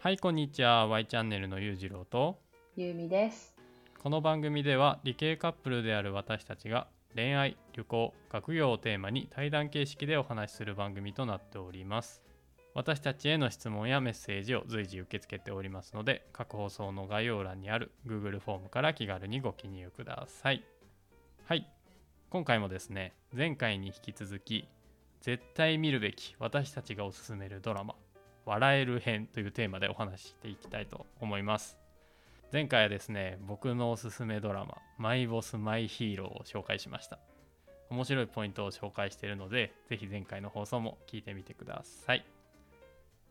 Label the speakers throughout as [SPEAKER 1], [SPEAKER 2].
[SPEAKER 1] はい、こんにちは。Y チャンネルのゆうじろうと、
[SPEAKER 2] ゆうみです。
[SPEAKER 1] この番組では理系カップルである私たちが恋愛、旅行、学業をテーマに対談形式でお話しする番組となっております。私たちへの質問やメッセージを随時受け付けておりますので、各放送の概要欄にある Google フォームから気軽にご記入ください。はい、今回もですね、前回に引き続き、絶対見るべき私たちがおすすめるドラマ、笑える編というテーマでお話ししていきたいと思います。前回はですね僕のおすすめドラマ「マイボスマイヒーロー」を紹介しました面白いポイントを紹介しているのでぜひ前回の放送も聞いてみてください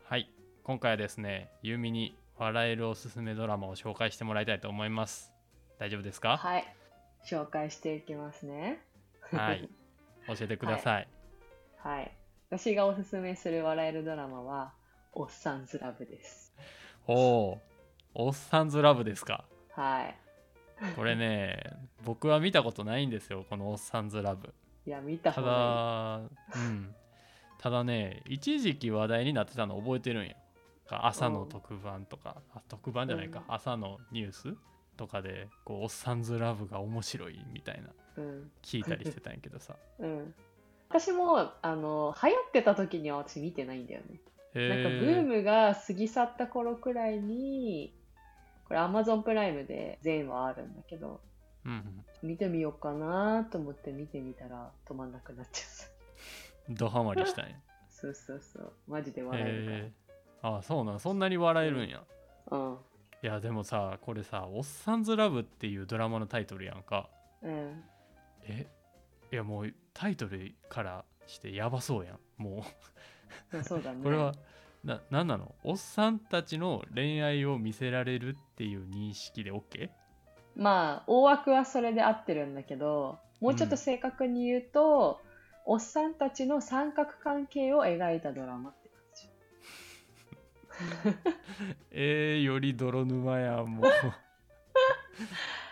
[SPEAKER 1] はい今回はですねゆうみに笑えるおすすめドラマを紹介してもらいたいと思います大丈夫ですか
[SPEAKER 2] はい。紹介していきますね。
[SPEAKER 1] はい教えてください、
[SPEAKER 2] はい。私がおすすめする笑えるドラマは、おっさんずラブです。
[SPEAKER 1] おおおっさんずラブですか
[SPEAKER 2] はい。
[SPEAKER 1] これね僕は見たことないんですよこのおっさんずラブ
[SPEAKER 2] いや、見た
[SPEAKER 1] た
[SPEAKER 2] 方が
[SPEAKER 1] だ、うん、ただね一時期話題になってたの覚えてるんや朝の特番とか、あ特番じゃないか、
[SPEAKER 2] うん
[SPEAKER 1] 朝のニュースとかでこう「おっさんずラブが面白い」みたいない
[SPEAKER 2] い。うん。
[SPEAKER 1] 聞いたりしてたんやけど さ
[SPEAKER 2] うん。私も、あの、流行ってた時には私見てないんだよね。なんかブー
[SPEAKER 1] へ
[SPEAKER 2] ムが過ぎ去った頃くらいに、これ Amazon プライムで全話あるんだけど、
[SPEAKER 1] えうん
[SPEAKER 2] 見てみようかなと思って見てみたら止まんなくなっちゃ
[SPEAKER 1] う
[SPEAKER 2] う。
[SPEAKER 1] んドハマりしたんや
[SPEAKER 2] そうそうそう。マジで笑えるから。
[SPEAKER 1] へえああそうなんそんなに笑えるんや、
[SPEAKER 2] うん。
[SPEAKER 1] いやでもさこれさ「おっさんずラブ」っていうドラマのタイトルやんか
[SPEAKER 2] うん。
[SPEAKER 1] えいやもうタイトルからしてやばそうやんもう
[SPEAKER 2] まあ、そうだね。
[SPEAKER 1] これはな何なのおっさんたちの恋愛を見せられるっていう認識で OK?
[SPEAKER 2] まあ、大枠はそれで合ってるんだけど、もうちょっと正確に言うと、おっさんたちの三角関係を描いたドラマって感じ。
[SPEAKER 1] えー、より泥沼やんもう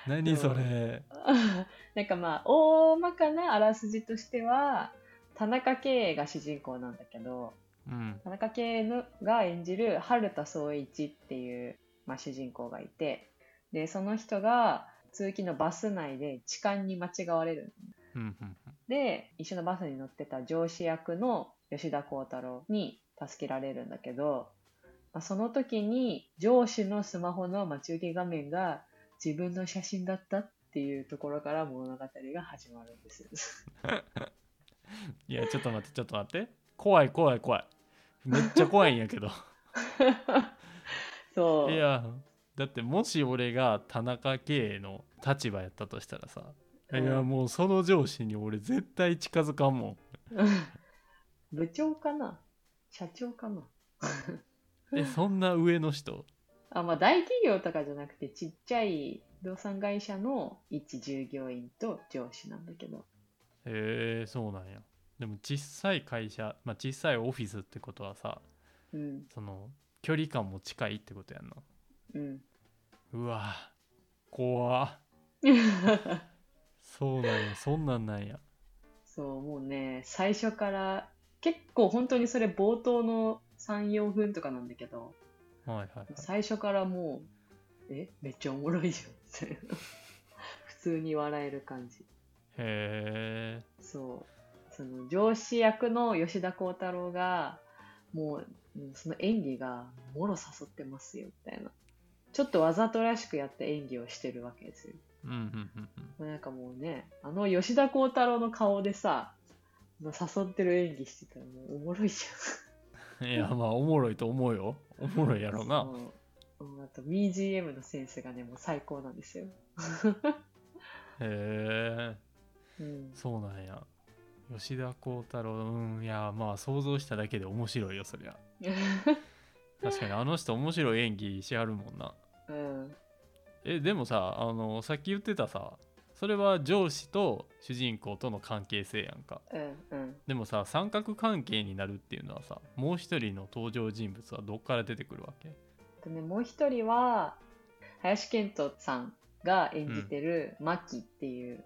[SPEAKER 1] 何それ
[SPEAKER 2] なんかまあ、大まかなあらすじとしては、田中圭が主人公なんだけど、
[SPEAKER 1] うん
[SPEAKER 2] 田中圭のが演じる春田宗一っていう、まあ、主人公がいて、で、その人が通勤のバス内で痴漢に間違われるの
[SPEAKER 1] うんうん
[SPEAKER 2] で一緒のバスに乗ってた上司役の吉田鋼太郎に助けられるんだけど、まあ、その時に上司のスマホの待ち受け画面が自分の写真だったっていうところから物語が始まるんですよ。
[SPEAKER 1] いやちょっと待ってちょっと待って怖い怖い怖いめっちゃ怖いんやけど
[SPEAKER 2] そう
[SPEAKER 1] いやだってもし俺が田中圭の立場やったとしたらさ、
[SPEAKER 2] うん
[SPEAKER 1] いやもうその上司に俺絶対近づかんも
[SPEAKER 2] 部長かな社長かなん
[SPEAKER 1] えそんな上の人
[SPEAKER 2] あ、まあ、大企業とかじゃなくてちっちゃい不動産会社の一従業員と上司なんだけど
[SPEAKER 1] へえそうなんやでも小さい会社、まあ、小さいオフィスってことはさ
[SPEAKER 2] うん
[SPEAKER 1] その距離感も近いってことやんな
[SPEAKER 2] うん
[SPEAKER 1] うわ怖っそうなんやそんなんなんや
[SPEAKER 2] そう、もうね、最初から、結構本当にそれ冒頭の3、4分とかなんだけど、
[SPEAKER 1] はいはいはい
[SPEAKER 2] 最初からもう、え、めっちゃおもろいじゃんって。 普通に笑える感じ。
[SPEAKER 1] へえ
[SPEAKER 2] そう。その上司役の吉田鋼太郎が、もう、うんその演技が、もろ誘ってますよ、みたいな。ちょっとわざとらしくやった演技をしてるわけですよ。
[SPEAKER 1] うんうんうんうん
[SPEAKER 2] もうなんかもうね、あの吉田鋼太郎の顔でさ、誘ってる演技してたらもうおもろいじ
[SPEAKER 1] いやまあおもろいと思うよおもろいや
[SPEAKER 2] ゃん。
[SPEAKER 1] ろな
[SPEAKER 2] そう。うんあと BGM のセンスがね、もう最高なんですよ。
[SPEAKER 1] へえ
[SPEAKER 2] うん、
[SPEAKER 1] そうなんや吉田鋼太郎うんいやまあ想像しただけで面白いよそりゃ確かにあの人面白い演技しはるもんな
[SPEAKER 2] うん、
[SPEAKER 1] えでもさあのさっき言ってたさそれは上司と主人公との関係性やんか
[SPEAKER 2] うん、うん。
[SPEAKER 1] でもさ三角関係になるっていうのはさもう一人の登場人物はどっから出てくるわけ
[SPEAKER 2] あとね、もう一人は、林遣都さんが演じてるマキっていう、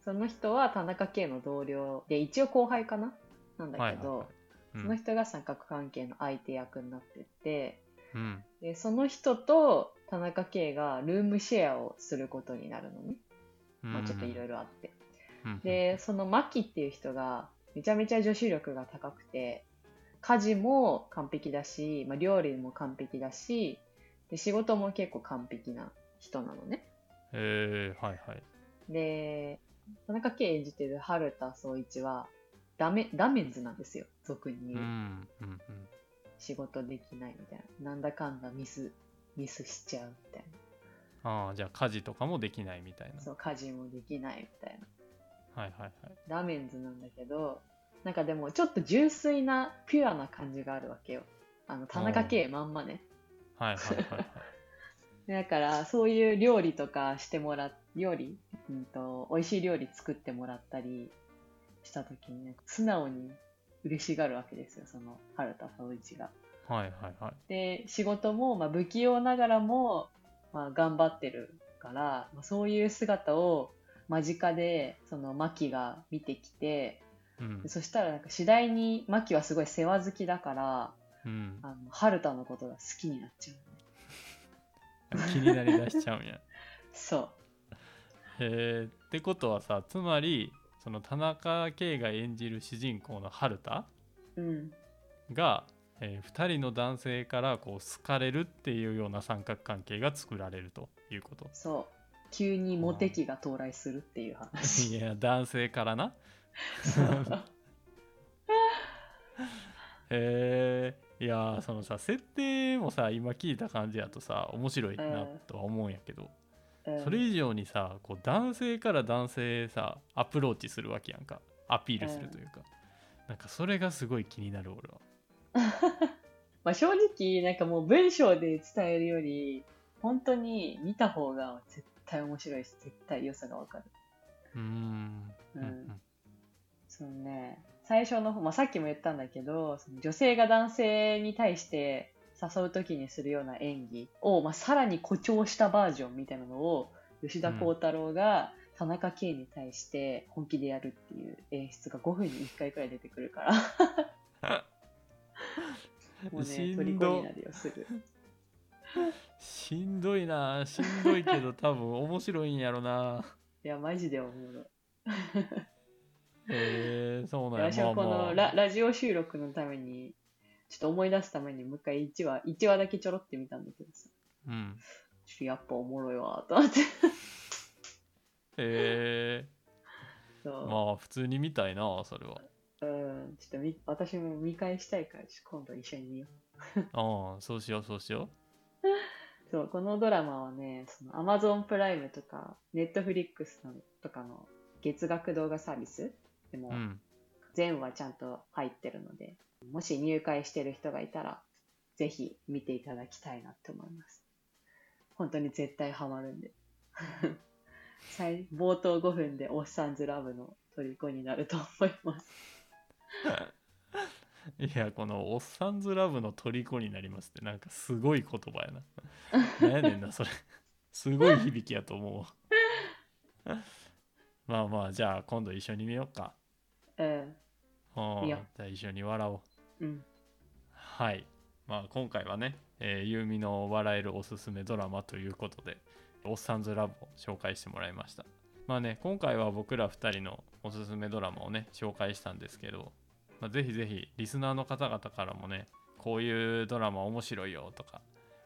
[SPEAKER 2] その人は田中圭の同僚で、一応後輩かななんだけど、
[SPEAKER 1] はいはいはい、う
[SPEAKER 2] その
[SPEAKER 1] ん
[SPEAKER 2] 人が三角関係の相手役になってて、
[SPEAKER 1] うん
[SPEAKER 2] でその人と田中圭がルームシェアをすることになるのね、
[SPEAKER 1] うん
[SPEAKER 2] まあ、ちょっといろいろあって、
[SPEAKER 1] うん
[SPEAKER 2] でそのマキっていう人がめちゃめちゃ女子力が高くて家事も完璧だし、まあ、料理も完璧だしで仕事も結構完璧な人なのね
[SPEAKER 1] えー、はいはい
[SPEAKER 2] で田中圭演じてる春田宗一はダメダメンズなんですよ俗に言
[SPEAKER 1] う
[SPEAKER 2] う、
[SPEAKER 1] んうん
[SPEAKER 2] 仕事できないみたいななんだかんだミスミスしちゃうみたい
[SPEAKER 1] うんああじゃあ家事とかもできないみたい
[SPEAKER 2] な
[SPEAKER 1] な
[SPEAKER 2] そう家事もできないみたいな
[SPEAKER 1] はいはいはい
[SPEAKER 2] ラーメンズなんだけどなんかでもちょっと純粋なピュアな感じがあるわけよあの田中圭まんまね
[SPEAKER 1] はいはいはいはい
[SPEAKER 2] でだからそういう料理とかしてもら料理、うん、と美味しい料理作ってもらったりした時に、ね、素直に嬉しがるわけですよその春田総一が。
[SPEAKER 1] はいはいはい
[SPEAKER 2] で仕事も、まあ、不器用ながらも、まあ、頑張ってるから、まあ、そういう姿を間近でそのマキが見てきて
[SPEAKER 1] うん
[SPEAKER 2] そしたらなんか次第にマキはすごい世話好きだから
[SPEAKER 1] うん
[SPEAKER 2] あの春田のことが好きになっちゃう
[SPEAKER 1] 気になりだしちゃうんや
[SPEAKER 2] そ
[SPEAKER 1] えー、ってことはさつまりその田中圭が演じる主人公の春田
[SPEAKER 2] ううん
[SPEAKER 1] が、え2人の男性からこう好かれるっていうような三角関係が作られるということ
[SPEAKER 2] そう急にモテ期が到来するっていう話
[SPEAKER 1] いや男性からな えー、いやーそのさ設定もさ今聞いた感じやとさ面白いなとは思うんやけど、
[SPEAKER 2] うん
[SPEAKER 1] それ以上にさこう男性から男性へさアプローチするわけやんかアピールするというか、なんかそれがすごい気になる俺は
[SPEAKER 2] まあ、正直なんかもう文章で伝えるより本当に見た方が絶対面白いし絶対良さがわかる
[SPEAKER 1] うーん
[SPEAKER 2] う
[SPEAKER 1] うんんうん
[SPEAKER 2] そのね最初の方、まあ、さっきも言ったんだけどその女性が男性に対して誘う時にするような演技を、まあ、さらに誇張したバージョンみたいなのを吉田鋼太郎が田中圭に対して本気でやるっていう演出が5分に1回くらい出てくるから もう
[SPEAKER 1] し
[SPEAKER 2] ね
[SPEAKER 1] んど
[SPEAKER 2] 虜になるよすぐ
[SPEAKER 1] しんどいなしんどいけ ど多分面白いんやろない
[SPEAKER 2] やマジで思うの
[SPEAKER 1] えー、そうなんや
[SPEAKER 2] 私はこ
[SPEAKER 1] まあま
[SPEAKER 2] の
[SPEAKER 1] あ
[SPEAKER 2] ララジオ収録のためにちょっと思い出すためにもう一回1話1話だけちょろって見たんだけどさ
[SPEAKER 1] うん
[SPEAKER 2] ちょっとやっぱおもろいわと思って
[SPEAKER 1] え
[SPEAKER 2] そう、
[SPEAKER 1] ー、まあ普通に見たいなそれは
[SPEAKER 2] うんちょっとみ私も見返したいからちょっと今度一緒に見よう
[SPEAKER 1] ああそうしようそうしよ
[SPEAKER 2] そうこのドラマはねその Amazon プライムとか Netflix のとかの月額動画サービスでも
[SPEAKER 1] ううん
[SPEAKER 2] 全話ちゃんと入ってるので、もし入会してる人がいたらぜひ見ていただきたいなって思います本当に絶対ハマるんで 最冒頭5分で「おっさんずラブ」の虜になると思います
[SPEAKER 1] いやこの「おっさんずラブの虜になります」ってなんかすごい言葉やな何やねんなそれ すごい響きやと思うわ まあまあじゃあ今度一緒に見ようか
[SPEAKER 2] うん
[SPEAKER 1] ああ
[SPEAKER 2] いい
[SPEAKER 1] じ
[SPEAKER 2] よ
[SPEAKER 1] ゃあ一緒に笑おう
[SPEAKER 2] うん
[SPEAKER 1] はい、まあ、今回はね、えー、ゆうみの笑えるおすすめドラマということで「おっさんずラブ」を紹介してもらいましたまあね今回は僕ら2人のおすすめドラマをね紹介したんですけど、まあ、ぜひぜひリスナーの方々からもねこういうドラマ面白いよとか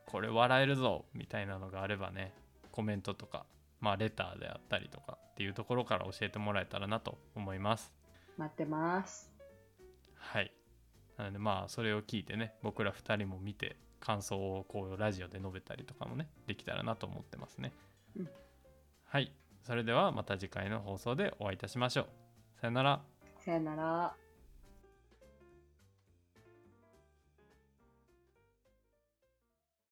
[SPEAKER 1] これ笑えるぞみたいなのがあればねコメントとかまあレターであったりとかっていうところから教えてもらえたらなと思います
[SPEAKER 2] 待ってます
[SPEAKER 1] はい。なのでまあそれを聞いてね、僕ら2人も見て感想をこうラジオで述べたりとかもね、できたらなと思ってますね。
[SPEAKER 2] うん
[SPEAKER 1] はい。それではまた次回の放送でお会いいたしましょう。さよなら。
[SPEAKER 2] さよなら